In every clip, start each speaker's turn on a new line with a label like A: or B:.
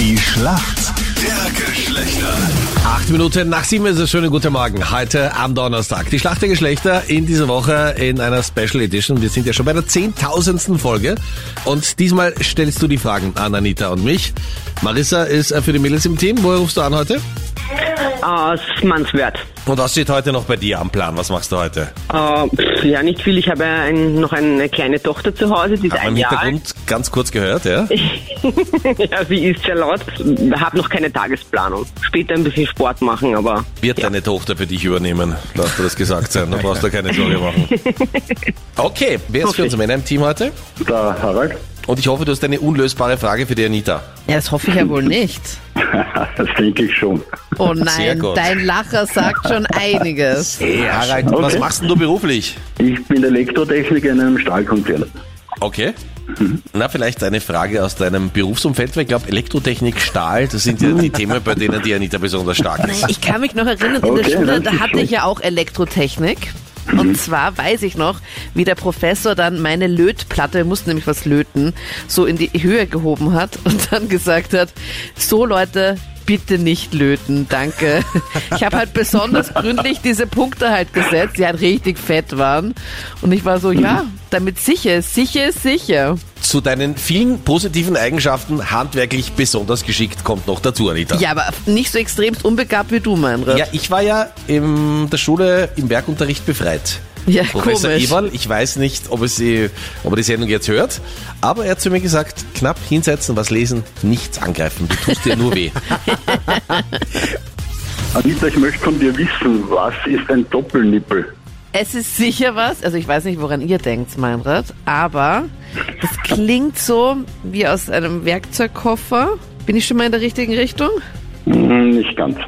A: Schlacht der Geschlechter.
B: Acht Minuten nach sieben ist es. Schönen guten Morgen. Heute am Donnerstag. Die Schlacht der Geschlechter in dieser Woche in einer Special Edition. Wir sind ja schon bei der zehntausendsten Folge. Und diesmal stellst du die Fragen an Anita und mich. Marissa ist äh, für die Mädels im Team. Woher rufst du an heute?
C: Aus Mannswert.
B: Und was steht heute noch bei dir am Plan? Was machst du heute?
C: Äh, pf, ja, nicht viel. Ich habe ja ein, noch eine kleine Tochter zu Hause, die ist
B: Hat man
C: ein
B: im
C: Jahr alt.
B: Hintergrund ganz kurz gehört, ja?
C: ja, sie ist sehr laut. Habe noch keine Tagesplanung. Später ein bisschen Sport machen, aber
B: Wird deine Tochter für dich übernehmen, lass dir das gesagt sein. Da brauchst du keine Sorge machen. Okay, wer ist für uns Männer im Team heute?
D: Der Harald?
B: Und ich hoffe, du hast eine unlösbare Frage für die Anita.
E: Ja, das hoffe ich ja wohl nicht.
D: das denke ich schon.
E: Oh
B: Sehr
E: nein,
B: gut.
E: dein Lacher sagt schon einiges.
B: Harald,
D: Okay.
B: was machst denn du beruflich?
D: Ich bin Elektrotechniker in einem Stahlkonzern.
B: Okay. Na, vielleicht eine Frage aus deinem Berufsumfeld, weil ich glaube, Elektrotechnik, Stahl, das sind ja die Themen, bei denen die Anita besonders stark ist.
E: Ich kann mich noch erinnern, in
D: Okay,
E: der Schule,
D: das
E: da
D: ist
E: hatte
D: schön.
E: ich ja auch Elektrotechnik. Und zwar weiß ich noch, wie der Professor dann meine Lötplatte, wir mussten nämlich was löten, so in die Höhe gehoben hat und dann gesagt hat, so Leute, bitte nicht löten, danke. Ich habe halt besonders gründlich diese Punkte halt gesetzt, die halt richtig fett waren. Und ich war so, ja, damit sicher, ist, sicher, ist sicher.
B: Zu deinen vielen positiven Eigenschaften, handwerklich besonders geschickt, kommt noch dazu, Anita.
E: Ja, aber nicht so extremst unbegabt wie du, mein Rat.
B: Ja, ich war ja in der Schule im Werkunterricht befreit.
E: Ja,
B: Professor
E: komisch.
B: Eberl, ich weiß nicht, ob er, sie, ob er die Sendung jetzt hört, aber er hat zu mir gesagt, knapp hinsetzen, was lesen, nichts angreifen, du tust dir nur weh.
D: Anita, ich möchte von dir wissen, was ist ein Doppelnippel?
E: Es ist sicher was, also ich weiß nicht, woran ihr denkt, Meinrad, aber das klingt so wie aus einem Werkzeugkoffer. Bin ich schon mal in der richtigen Richtung?
D: Hm, nicht ganz.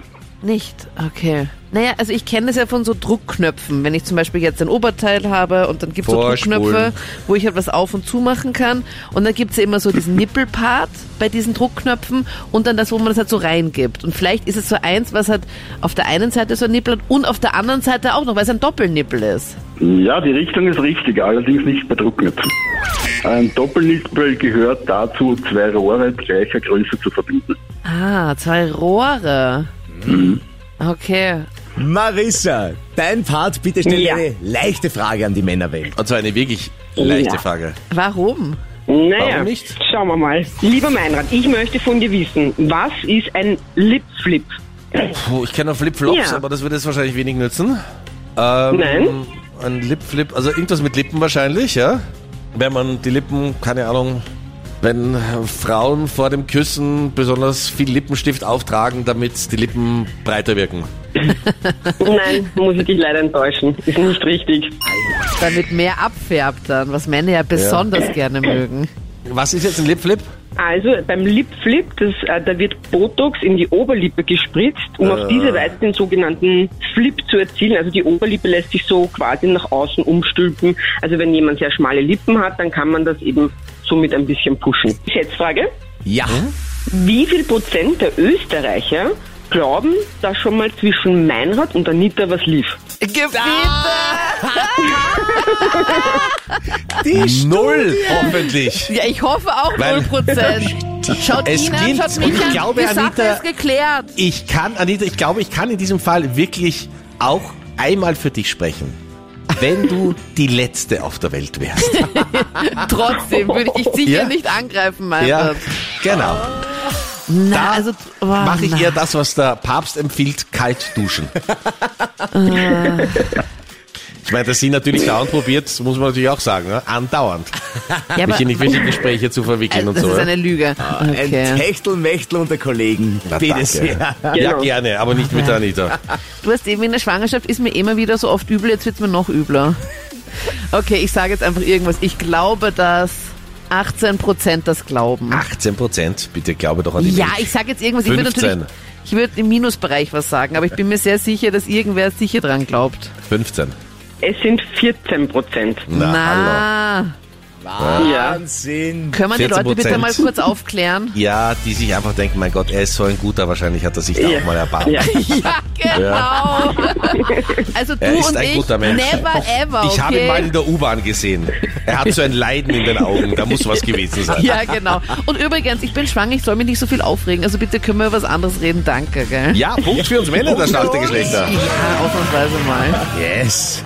E: Nicht, okay. Naja, also ich kenne das ja von so Druckknöpfen. Wenn ich zum Beispiel jetzt ein Oberteil habe und dann gibt es so
B: Vorspulen.
E: Druckknöpfe, wo ich halt was auf und zu machen kann. Und dann gibt es ja immer so diesen Nippelpart bei diesen Druckknöpfen und dann das, wo man das halt so reingibt. Und vielleicht ist es so eins, was halt auf der einen Seite so ein Nippel hat und auf der anderen Seite auch noch, weil es ein Doppelnippel ist.
D: Ja, die Richtung ist richtig, allerdings nicht bei Drucknäpfen. Ein Doppelnippel gehört dazu, zwei Rohre gleicher Größe zu verbinden.
E: Ah, zwei Rohre.
B: Mhm.
E: Okay.
F: Marissa, dein Part, bitte stell
C: Ja.
F: eine leichte Frage an die Männerwelt.
B: Und zwar eine wirklich leichte
C: Ja.
B: Frage.
E: Warum?
C: naja,
B: Warum nicht?
C: schauen wir mal. Lieber Meinrad, ich möchte von dir wissen, was ist ein Lipflip?
B: Puh, ich kenne noch Flipflops,
C: Ja.
B: aber das würde jetzt wahrscheinlich wenig nützen. Ähm,
E: Hm?
C: Nein.
B: Ein Lipflip, also irgendwas mit Lippen wahrscheinlich, ja? Wenn man die Lippen, keine Ahnung, wenn Frauen vor dem Küssen besonders viel Lippenstift auftragen, damit die Lippen breiter wirken.
C: Nein, muss ich dich leider enttäuschen. Ist nicht richtig.
E: Damit mehr abfärbt dann, was Männer ja besonders gerne mögen.
B: Was ist jetzt ein Lipflip?
C: Also beim Lipflip, das, äh, da wird Botox in die Oberlippe gespritzt, um auf diese Weise den sogenannten Flip zu erzielen. Also die Oberlippe lässt sich so quasi nach außen umstülpen. Also wenn jemand sehr schmale Lippen hat, dann kann man das eben somit ein bisschen pushen. Schätzfrage,
F: Ja.
C: wie viel Prozent der Österreicher glauben, dass schon mal zwischen Meinrad und Anita was lief?
B: Null, hoffentlich.
E: Ja, ich hoffe auch
B: Weil-
E: 0%. Schaut
B: Es
E: ihn an,
B: gilt-
E: schaut mich
B: ich
E: an.
B: glaube,
E: Die Sache
B: Anita-
E: ist geklärt.
B: Ich kann, Anita, ich glaube, ich kann in diesem Fall wirklich auch einmal für dich sprechen. Wenn du die Letzte auf der Welt wärst.
E: Trotzdem würde ich sicher
B: Ja.
E: nicht
B: Ja,
E: angreifen, Meinrad.
B: genau.
E: Na,
B: Da
E: also, oh,
B: Mache ich
E: na.
B: eher das, was der Papst empfiehlt, kalt duschen.
E: Ah.
B: ich meine, dass sie natürlich dauernd probiert, das muss man natürlich auch sagen, ne? andauernd.
E: Ja,
B: Mich
E: aber,
B: in irgendwelche Gespräche zu verwickeln
E: also,
B: und
E: das
B: so.
E: ist
B: ja. Ah,
E: eine Lüge.
F: Ein
E: Okay.
F: Techtelmechtel unter Kollegen.
B: danke.
F: Bitte sehr.
B: Ja, gerne, aber nicht mit der Anita.
E: Du hast eben in der Schwangerschaft ist mir immer wieder so oft übel, jetzt wird's mir noch übler. Okay, ich sage jetzt einfach irgendwas. Ich glaube, dass 18% das glauben.
B: 18 Prozent, bitte glaube doch an die
E: Ja,
B: Welt.
E: ich sag jetzt irgendwas. Ich würde
B: 15.
E: natürlich, ich würde im Minusbereich was sagen, aber ich bin mir sehr sicher, dass irgendwer sicher dran glaubt.
B: 15.
C: Es sind 14 Prozent.
B: Na, hallo.
E: hallo.
F: Wahnsinn.
E: Können wir die Leute
B: 14%.
E: bitte mal kurz aufklären?
B: Ja, die sich einfach denken, mein Gott, er ist so ein guter, wahrscheinlich hat er sich da
C: Ja.
B: auch mal erbarmt.
C: Ja.
E: Ja, genau. Also du
B: Er ist
E: und
B: ein
E: ich,
B: guter Mensch.
E: never ever, okay?
B: Ich habe ihn mal in der U-Bahn gesehen. Er hat so ein Leiden in den Augen, da muss was gewesen sein.
E: ja, genau. Und übrigens, ich bin schwanger, ich soll mich nicht so viel aufregen. Also bitte können wir über was anderes reden, danke, gell?
B: Ja, Punkt für uns Männer der Schlacht der Geschlechter.
E: Ja, ausnahmsweise mal.
F: Yes.